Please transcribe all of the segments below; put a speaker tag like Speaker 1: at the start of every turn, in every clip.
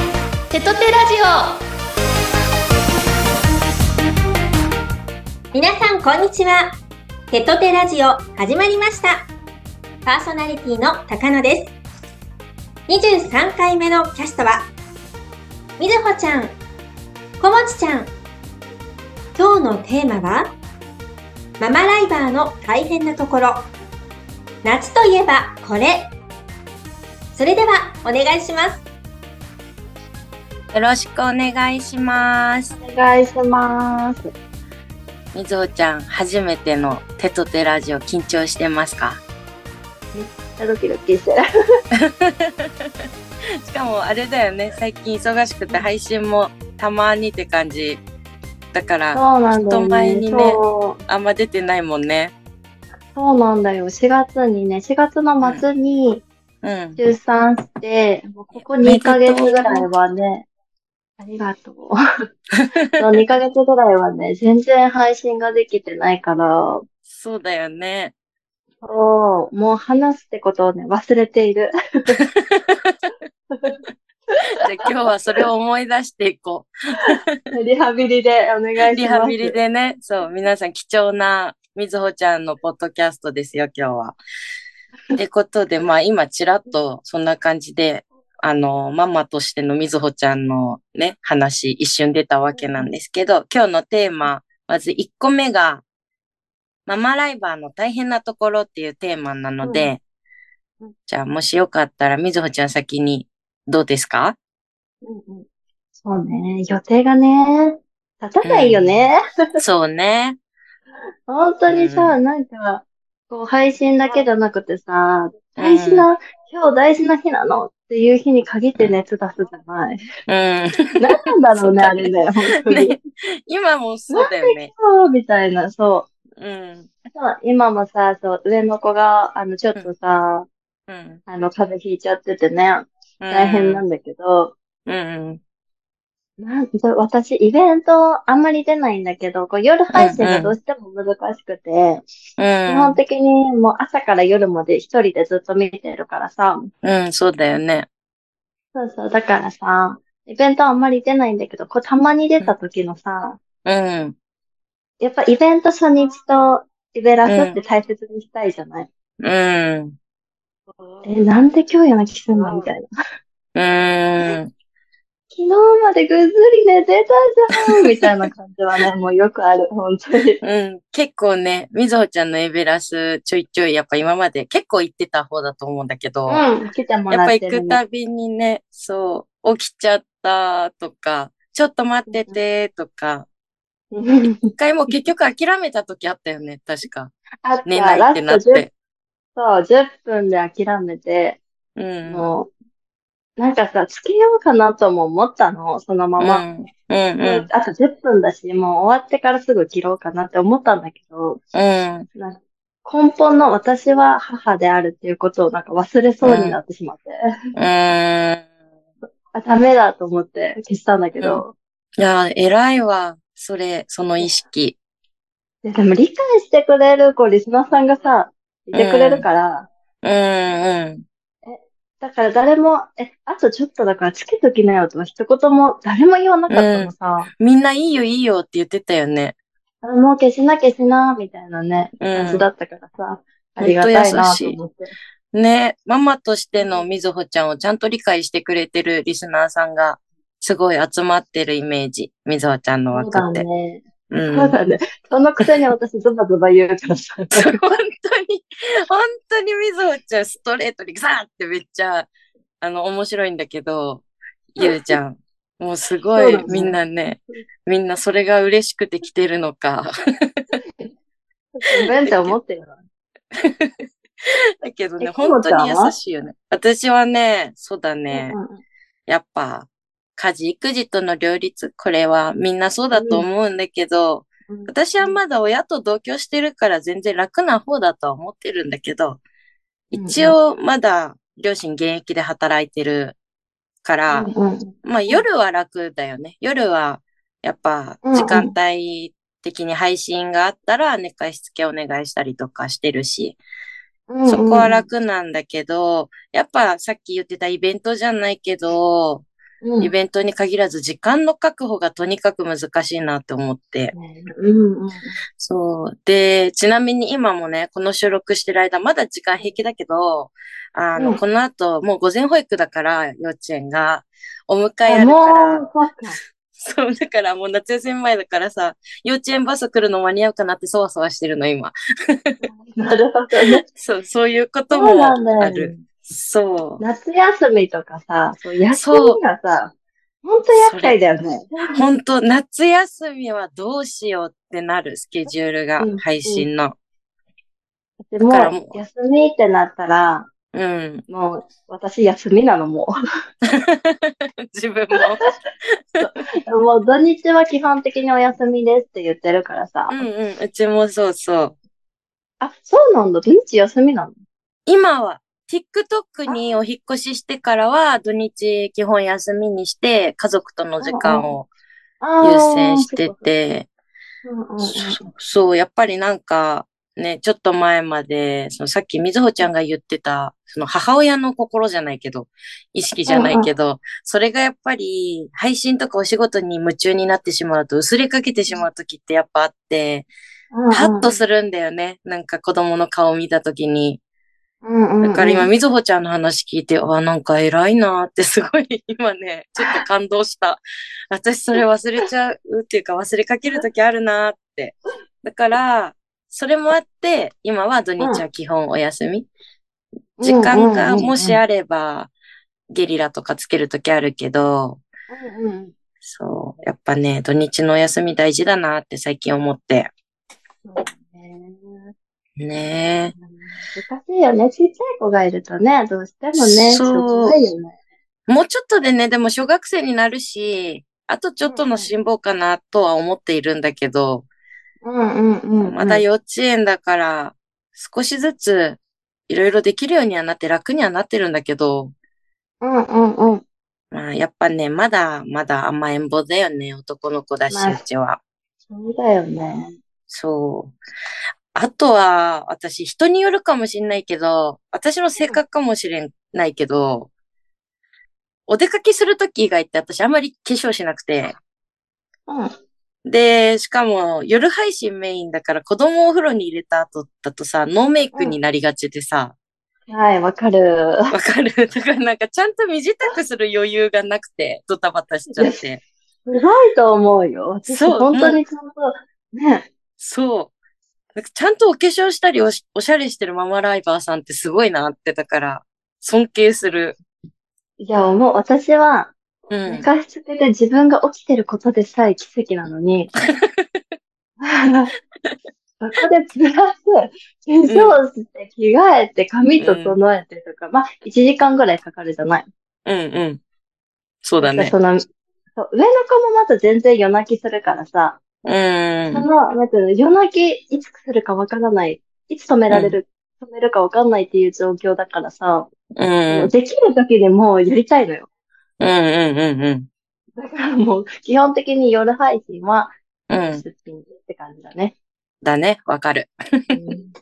Speaker 1: トテラジオ皆さんこんにちはテットテラジオ始まりましたパーソナリティの高野です23回目のキャストはみずほちゃんこもちちゃん今日のテーマはママライバーの大変なところ夏といえばこれそれではお願いします
Speaker 2: よろしくお願いします。
Speaker 3: お願いします。
Speaker 2: みずほちゃん、初めてのテトテラジオ緊張してますか
Speaker 3: ドキドキしてる。
Speaker 2: しかもあれだよね、最近忙しくて配信もたまにって感じ。だから、
Speaker 3: そうなんだ
Speaker 2: 人
Speaker 3: よ
Speaker 2: 前
Speaker 3: ね。
Speaker 2: にね
Speaker 3: そう
Speaker 2: あんま出てないもんね。
Speaker 3: そうなんだよ。4月にね、4月の末に
Speaker 2: うん。
Speaker 3: 出産して、もうここ
Speaker 2: めでと
Speaker 3: 2
Speaker 2: う
Speaker 3: ヶ月ぐらいはね、ありが とう。そう2ヶ月ぐらいはね、全然配信ができてないから、
Speaker 2: そうだよね。
Speaker 3: そう、もう話すってことをね、忘れている。
Speaker 2: じゃあ今日はそれを思い出していこ
Speaker 3: リハビリでお
Speaker 2: う。
Speaker 3: 願いします。
Speaker 2: リハビリ。でね、そう、皆さん貴重なみずほちゃんのポッドキャストですよ、今日は。ってことで、まあ今ちらっとそんな感じで、あの、ママとしてのみずほちゃんのね、話一瞬出たわけなんですけど、今日のテーマ、まず1個目が、ママライバーの大変なところっていうテーマなので、
Speaker 3: うんうん
Speaker 2: じゃあもしよかったらみずほちゃん先にどうですか
Speaker 3: うんうんそうね、予定がね、立たないよね。
Speaker 2: そうね。
Speaker 3: 本当にさ、
Speaker 2: う
Speaker 3: なんか、こう配信だけじゃなくてさ、大事な、今日大事な日なのっていう日に限って熱出すじゃない。
Speaker 2: うん。
Speaker 3: なんだろ
Speaker 2: そ
Speaker 3: うね、あ
Speaker 2: うだね
Speaker 3: れね、本当に。
Speaker 2: ね、 今もそうだよね。
Speaker 3: そう、みたいな、そう。
Speaker 2: うん。
Speaker 3: そう今もさ、そう、上の子が、あの、ちょっとさ、
Speaker 2: うん。
Speaker 3: あの、風邪ひいちゃっててね、大
Speaker 2: 大
Speaker 3: 変なんだけど、
Speaker 2: うん。うん。
Speaker 3: なんそう私、イベントあんまり出ないんだけど、こう夜配信がどうしても難しくて、基本的にもう朝から夜まで一人でずっと見てるからさ、
Speaker 2: うん、そうだよね。
Speaker 3: そうそう、だからさ、イベントあんまり出ないんだけど、こうたまに出た時のさ、
Speaker 2: うん。
Speaker 3: やっぱイベント初日とイベラスって大切にしたいじゃない、
Speaker 2: うん。
Speaker 3: え、なんで今日やなきすんのみたいな。
Speaker 2: うん。
Speaker 3: 昨日までぐっすり寝てたじゃんみたいな感じ はね、もうよくある、本当に。
Speaker 2: うん。結構ね、みずほちゃんのエベラスちょいちょい、やっぱ今まで結構行ってた方だと思うんだけど、やっ
Speaker 3: うん、来てもら
Speaker 2: ぱ
Speaker 3: って
Speaker 2: 行
Speaker 3: る
Speaker 2: く
Speaker 3: ね。
Speaker 2: たびにね、そう、起きちゃったとか、ちょっと待っててとか、一回もう結局諦めた時あったよね、確か。
Speaker 3: あった、
Speaker 2: 寝ないってな
Speaker 3: ラ
Speaker 2: っ
Speaker 3: スト10
Speaker 2: て。
Speaker 3: そう、10分で諦めて、
Speaker 2: うん。
Speaker 3: もう、なんかさ、つけようかなとも思ったの、そのまま。
Speaker 2: うん。うん。うん。
Speaker 3: あと10分だし、もう終わってからすぐ切ろうかなって思ったんだけど、
Speaker 2: うん。
Speaker 3: なんか根本の私は母であるっていうことをなんか忘れそうになってしまって、
Speaker 2: うん。
Speaker 3: あダメだと思って消したんだけど、
Speaker 2: いやー、偉いわ。それ、その意識。
Speaker 3: いやでも理解してくれる、こう、リスナーさんがさ、いてくれるから、
Speaker 2: うん、うん。
Speaker 3: だから誰も、え、あとちょっとだからつけときなよとは一言も誰も言わなかったのさ、
Speaker 2: みんないいよ、いいよって言ってたよね。
Speaker 3: あもう消しな消しな、みたいなね、
Speaker 2: うん
Speaker 3: 感じだったからさ、ありがたいなと思って。
Speaker 2: ね、ママとしてのみずほちゃんをちゃんと理解してくれてるリスナーさんが、すごい集まってるイメージ。みずほちゃんの
Speaker 3: そう
Speaker 2: 枠
Speaker 3: だ
Speaker 2: って。
Speaker 3: ね。
Speaker 2: うん。
Speaker 3: そうだね。そのくせに私ズバズバ言うからさ。
Speaker 2: 本当に、本当にみずほちゃんストレートにガサーってめっちゃ、あの、面白いんだけど、ゆうちゃん。もうすご
Speaker 3: そう
Speaker 2: い
Speaker 3: だね
Speaker 2: みんなね、みんなそれが嬉しくて来てるのか。
Speaker 3: ごめんって思ってるの。
Speaker 2: だけどね、
Speaker 3: えきも
Speaker 2: 本
Speaker 3: ちゃん
Speaker 2: 当
Speaker 3: は
Speaker 2: に優しいよね。私はね、そうだね。やっぱ、家事、育児との両立、これはみんなそうだと思うんだけど、
Speaker 3: うんうん
Speaker 2: 私はまだ親と同居してるから全然楽な方だとは思ってるんだけど、一応まだ両親現役で働いてるから、
Speaker 3: うんうん
Speaker 2: まあ夜は楽だよね。夜はやっぱ
Speaker 3: うんうん
Speaker 2: 時間帯的に配信があったら寝かしつけお願いしたりとかしてるし、
Speaker 3: うん
Speaker 2: そこは楽なんだけど、やっぱさっき言ってたイベントじゃないけど、
Speaker 3: うん
Speaker 2: イベントに限らず時間の確保がとにかく難しいなって思って。
Speaker 3: うんうん。
Speaker 2: そう。で、ちなみに今もね、この収録してる間、まだ時間平気だけど、あの、
Speaker 3: うん
Speaker 2: この後、もう午前保育だから、幼稚園が、お迎えあ
Speaker 3: あ
Speaker 2: るか
Speaker 3: も
Speaker 2: ら、
Speaker 3: う、そうか。
Speaker 2: そう、だからもう夏休み前だからさ、幼稚園バス来るの間に合うかなってそわそわしてるの、今。
Speaker 3: なるほどね。
Speaker 2: そう、そういうこと
Speaker 3: そう
Speaker 2: も
Speaker 3: なんだよ。
Speaker 2: ある。そう。
Speaker 3: 夏休みとかさ、そう、夜
Speaker 2: そう
Speaker 3: 勤がさ、ほんと厄介だよね。
Speaker 2: 本当夏休みはどうしようってなる、スケジュールが
Speaker 3: うん、
Speaker 2: 配信の。
Speaker 3: で
Speaker 2: だからもう
Speaker 3: もう、休みってなったら、
Speaker 2: うん。
Speaker 3: もう、私休みなの、も
Speaker 2: 自分も。
Speaker 3: う。もう、土日は基本的にお休みですって言ってるからさ
Speaker 2: う。んうん、うちもそうそう。
Speaker 3: あ、そうなんだ。土日休みなの
Speaker 2: 今は、TikTok にお引っ越ししてからは、土日基本休みにして、家族との時間を
Speaker 3: あー
Speaker 2: 優先して。て、
Speaker 3: うんうんうん
Speaker 2: そそう、やっぱりなんか、ね、ちょっと前まで、そのさっきみずほちゃんが言ってた、その母親の心じゃないけど、意識じゃないけど、それがやっぱり、配信とかお仕事に夢中になってしまうと、薄れかけてしまう時ってやっぱあって、
Speaker 3: うんうん
Speaker 2: ハッとするんだよね。なんか子供の顔を見た時に。
Speaker 3: うんうんうん
Speaker 2: だから今、みずほちゃんの話聞いて、あ、なんか偉いなってすごい今 ね、ちょっと感動した。私それ忘れちゃうっていうか忘れかけるときあるなって。だから、それもあって、今は土日は基本お休み。時間がもしあれば、ゲリラとかつけるときあるけど、
Speaker 3: うんうん
Speaker 2: そう、やっぱね、土日のお休み大事だなって最近思って。
Speaker 3: そうね
Speaker 2: ね
Speaker 3: 難しいよね。ちっちゃい子がいるとね、どうしても
Speaker 2: そう
Speaker 3: ね、しょうがないよね。
Speaker 2: え。もうちょっとでね、でも小学生になるし、あとちょっとの辛抱かなとは思っているんだけど、
Speaker 3: うんうんうんうん。
Speaker 2: まだ幼稚園だから、少しずついろいろできるようにはなって楽にはなってるんだけど、
Speaker 3: うんうんうん。
Speaker 2: まあ、やっぱね、まだまだ甘えん坊だよね、男の子だし、
Speaker 3: まあ
Speaker 2: うちは。
Speaker 3: そうだよね。
Speaker 2: そう。あとは、私、人によるかもしんないけど、私の性格かもしれないけど、お出かけするとき以外って私あんまり化粧しなくて、
Speaker 3: うん。
Speaker 2: で、しかも夜配信メインだから子供をお風呂に入れた後だとさ、ノーメイクになりがちでさ、
Speaker 3: はい、わかる。
Speaker 2: わかる。 だからなんかちゃんと身支度する余裕がなくて、ドタバタしちゃって。
Speaker 3: すごいと思うよ。私
Speaker 2: そう
Speaker 3: 本当にちゃんと、ね。
Speaker 2: そう。なんかちゃんとお化粧したりおしおしゃれしてるママライバーさんってすごいなって、だから、尊敬する。
Speaker 3: いや、もう私は、
Speaker 2: う
Speaker 3: 寝
Speaker 2: ん。
Speaker 3: かしつけて自分が起きてることでさえ奇跡なのに。そこでプラス、化粧して着替えて髪整えてとか、まあ、1時間ぐらいかかるじゃない。
Speaker 2: うんうん。そうだね。
Speaker 3: その、そう上の子もまた全然夜泣きするからさ、
Speaker 2: う
Speaker 3: そ
Speaker 2: ん。
Speaker 3: の、なんていうの、夜泣きいつするかわからない、いつ止められる、止めるかわかんないっていう状況だからさ、
Speaker 2: うん。
Speaker 3: も
Speaker 2: う
Speaker 3: うんできる時にもうやりたいのよ。
Speaker 2: うんうんうん。
Speaker 3: だからもう、基本的に夜配信は
Speaker 2: うん。
Speaker 3: 出勤って感じだね。
Speaker 2: だね。わかる。
Speaker 3: うん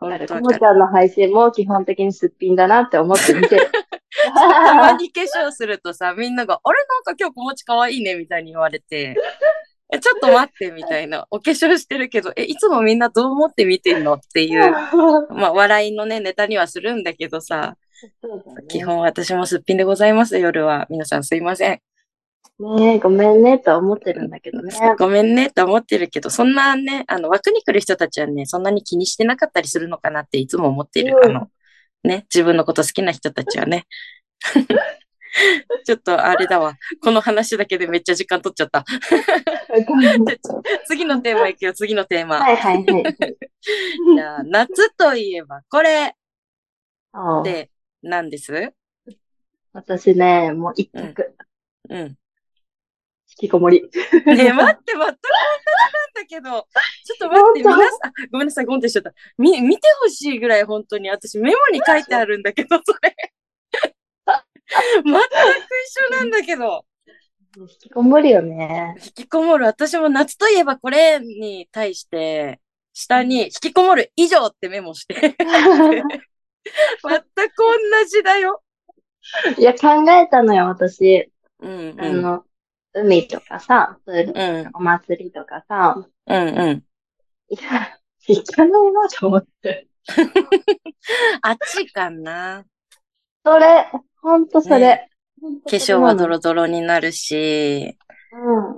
Speaker 2: 本当
Speaker 3: と
Speaker 2: わ
Speaker 3: も
Speaker 2: か
Speaker 3: ち
Speaker 2: る。
Speaker 3: ゃんの配信も基本的にすっぴんだなって思って見 てる。
Speaker 2: たまに化粧するとさ、みんなが、あれなんか今日子持ち可愛いねみたいに言われて、え、ちょっと待ってみたいな。お化粧してるけど、え、いつもみんなどう思って見てんのっていう。まあ、笑いのね、ネタにはするんだけどさ、
Speaker 3: そうだね
Speaker 2: 基本私もすっぴんでございます、夜は。皆さんすいません。
Speaker 3: ねえ、ごめんねとは思ってるんだけどね。
Speaker 2: ごめんねと思ってるけど、そんなね、あの、枠に来る人たちはね、そんなに気にしてなかったりするのかなっていつも思ってる。
Speaker 3: うん
Speaker 2: あの、ね、自分のこと好きな人たちはね。 ちょっとあれだわ。この話だけでめっちゃ時間取っちゃった。次のテーマいくよ、次のテーマ。
Speaker 3: はいはいはい。
Speaker 2: じゃあ、夏といえばこれ
Speaker 3: そ
Speaker 2: っ
Speaker 3: う
Speaker 2: て何です
Speaker 3: 私ね、もう一択、引
Speaker 2: うん。
Speaker 3: きこもり。
Speaker 2: ね え、待って、全く同じなんだけど、ちょっと待って、
Speaker 3: 本当
Speaker 2: 皆さん、ごめんなさい、ゴンってしちゃった。み、見てほしいぐらい、本当に。私、メモに書いてあるんだけど、それ。 全く一緒なんだけど。
Speaker 3: 引きこもり よね。
Speaker 2: 引きこもる、私も夏といえばこれに対して、下に、引きこもる以上ってメモ して。全く同じだよ。
Speaker 3: いや、考えたのよ、私。
Speaker 2: うん
Speaker 3: あ
Speaker 2: うん。
Speaker 3: の、海とかさ、プール、
Speaker 2: うん
Speaker 3: お祭りとかさ、
Speaker 2: うんうん。
Speaker 3: いや、行かないなと思って。
Speaker 2: 暑いかな。
Speaker 3: それ、ほんとそれ
Speaker 2: ね。化粧はドロドロになるし、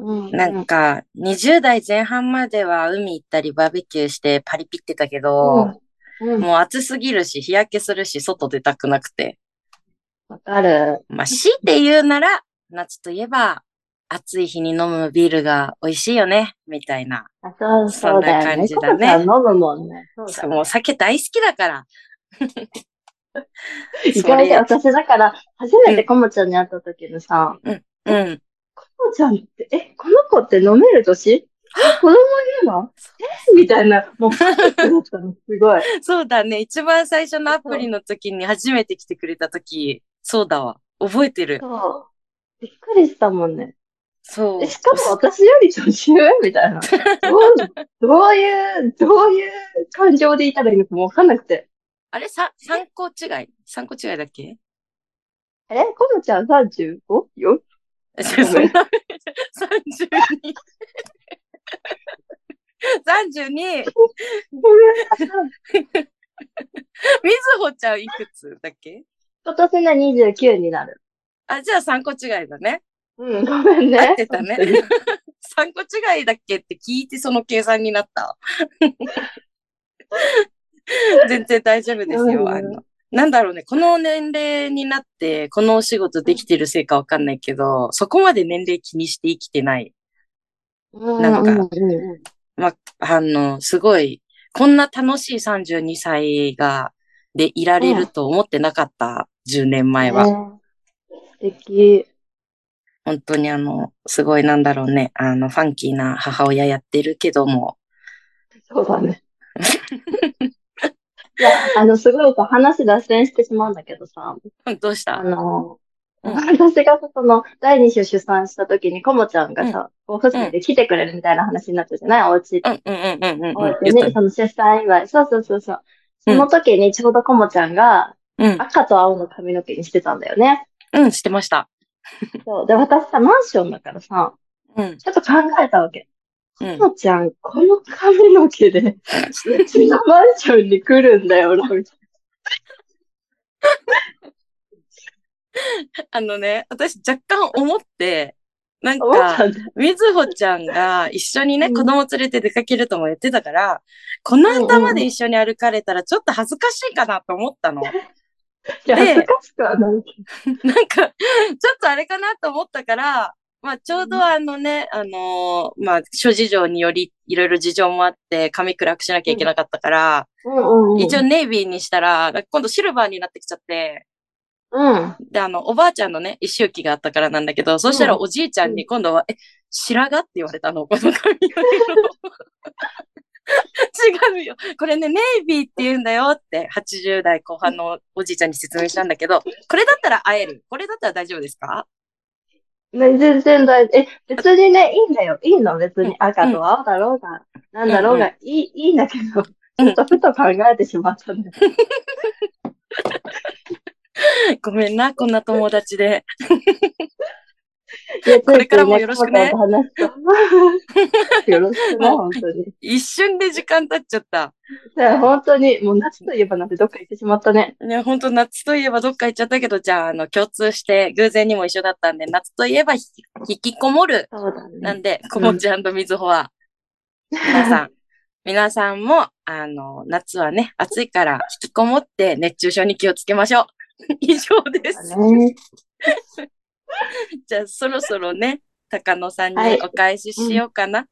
Speaker 3: うん、うん。
Speaker 2: なんか、20代前半までは海行ったりバーベキューしてパリピってたけど、
Speaker 3: うん、うん、
Speaker 2: もう暑すぎるし、日焼けするし、外出たくなくて。
Speaker 3: わかる。
Speaker 2: まあ、強いて言うなら、夏といえば、暑い日に飲むビールが美味しいよね、みたいな。
Speaker 3: あそう、そうだよね。
Speaker 2: そんな感じだね
Speaker 3: ココちゃん飲むもんね。そうだね
Speaker 2: もう酒大好きだから。
Speaker 3: 意外と私だから、初めてコモちゃんに会った時のさ、
Speaker 2: うん。
Speaker 3: コモちゃんって、え、この子って飲める年え子供いるのえみたいな、もうパニックだったの、すごい。
Speaker 2: そうだね。一番最初のアプリの時に初めて来てくれた時、そうだわ。覚えてる。
Speaker 3: そう。びっくりしたもんね。
Speaker 2: そう
Speaker 3: え。しかも私より年上みたいな。どう、どういう、どういう感情でいたらいいのかもわかんなくて。
Speaker 2: あれさ、参考違い参考違いだっけ
Speaker 3: え、コモちゃん 35? よ
Speaker 2: え そんな、32。32、
Speaker 3: ごめん
Speaker 2: みずほちゃんいくつだっけ
Speaker 3: 今年の29になる。
Speaker 2: あ、じゃあ参考違いだね。
Speaker 3: うん、ごめんね。
Speaker 2: 合ってたね。 参考違いだっけって聞いてその計算にな った。全然大丈夫です
Speaker 3: うん
Speaker 2: よ。あの、なんだろうね。この年齢になって、このお仕事できてるせいかわかんないけど、そこまで年齢気にして生きてない。
Speaker 3: うん
Speaker 2: なんか
Speaker 3: うんうん
Speaker 2: ま、あの、すごい、こんな楽しい32歳が、でいられると思ってなかった、10年前は。
Speaker 3: えー素敵。
Speaker 2: 本当にあの、すごいなんだろうね。あの、ファンキーな母親やってるけども。
Speaker 3: そうだ ね。いや、あの、すごいさ、話脱線してしまうんだけどさ、
Speaker 2: うんどうし
Speaker 3: あ
Speaker 2: た
Speaker 3: の、
Speaker 2: うん
Speaker 3: 私がその、第二子を出産した時に、コモちゃんがさ、ご夫婦で来てくれるみたいな話になったじゃないお家
Speaker 2: うんうんうんうんうん
Speaker 3: お
Speaker 2: うん。言
Speaker 3: 家
Speaker 2: っ
Speaker 3: ね、
Speaker 2: た
Speaker 3: その出産祝い。そうそうそうそう。その時にちょうどコモちゃんが
Speaker 2: うん、
Speaker 3: 赤と青の髪の毛にしてたんだよね。
Speaker 2: うん、してました。
Speaker 3: そう。で、私さ、マンションだからさ、
Speaker 2: うん、
Speaker 3: ちょっと考えたわけ。
Speaker 2: うん
Speaker 3: コ。モちゃん、この髪の 毛で、うちのマンションに来るんだよな、みたいな。
Speaker 2: あのね、私若干思って、なん
Speaker 3: 思っ
Speaker 2: か
Speaker 3: た、んだ。
Speaker 2: みずほちゃんが一緒にね、
Speaker 3: うん
Speaker 2: 子供連れて出かけるとも言ってたから、この間まで一緒に歩かれたらちょっと恥ずかしいかなと思ったの。
Speaker 3: いや恥ずかしくはない け
Speaker 2: なんか、ちょっとあれかなと思ったから、まあ、ちょうどあのね、あのーまあ、諸事情により、いろいろ事情もあって、髪暗くしなきゃいけなかったから、
Speaker 3: ど。うんうんうん。
Speaker 2: 一応ネイビーにしたら、なんか今度シルバーになってきちゃって、
Speaker 3: うん。
Speaker 2: で、あの、おばあちゃんのね、一周期があったからなんだけど、そしたらおじいちゃんに今度は、え、白髪って言われたの、この髪の 色。違うよ。これね、ネイビーって言うんだよって、80代後半のおじいちゃんに説明したんだけど、これだったら会える。これだったら大丈夫ですか
Speaker 3: ね、全然大丈夫。え、別にね、いいんだよ。いいの、別に。赤と青だろうが、なんだろうが、
Speaker 2: う
Speaker 3: いい、いいんだけど、ち
Speaker 2: うん
Speaker 3: ょっとふと考えてしまったね。
Speaker 2: ごめんな、こんな友達で。
Speaker 3: いや、ついついね
Speaker 2: これからもよろしくね
Speaker 3: コモちゃんと話 すとよろしくね、
Speaker 2: もう
Speaker 3: 本当に。
Speaker 2: 一瞬で時間経っちゃった。
Speaker 3: ね、本当に、もう夏といえばなんてどっか行ってしまったね。
Speaker 2: ね、本当夏といえばどっか行っちゃったけど、じゃあ、あの、共通して、偶然にも一緒だったんで、夏といえばひ引きこもる。
Speaker 3: そうだね。
Speaker 2: なんで、こもちゃんとみずほは、皆さん、皆さんも、あの、夏はね、暑いから引きこもって熱中症に気をつけましょう。 以上です。
Speaker 3: ね。
Speaker 2: じゃあ、そろそろね、高野さんに
Speaker 3: はい
Speaker 2: お返ししようかな。
Speaker 3: ん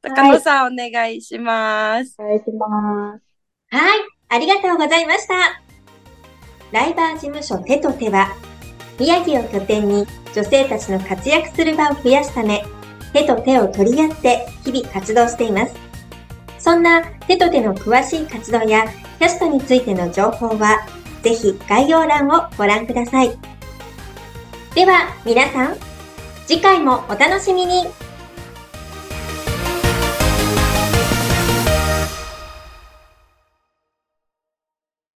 Speaker 2: 高野さん、お願いします。
Speaker 3: お願いします。
Speaker 1: はい、ありがとうございました。ライバー事務所手と手は、宮城を拠点に女性たちの活躍する場を増やすため、手と手を取り合って日々活動しています。そんな手と手の詳しい活動やキャストについての情報は、ぜひ概要欄をご覧ください。では皆さん、次回もお楽しみに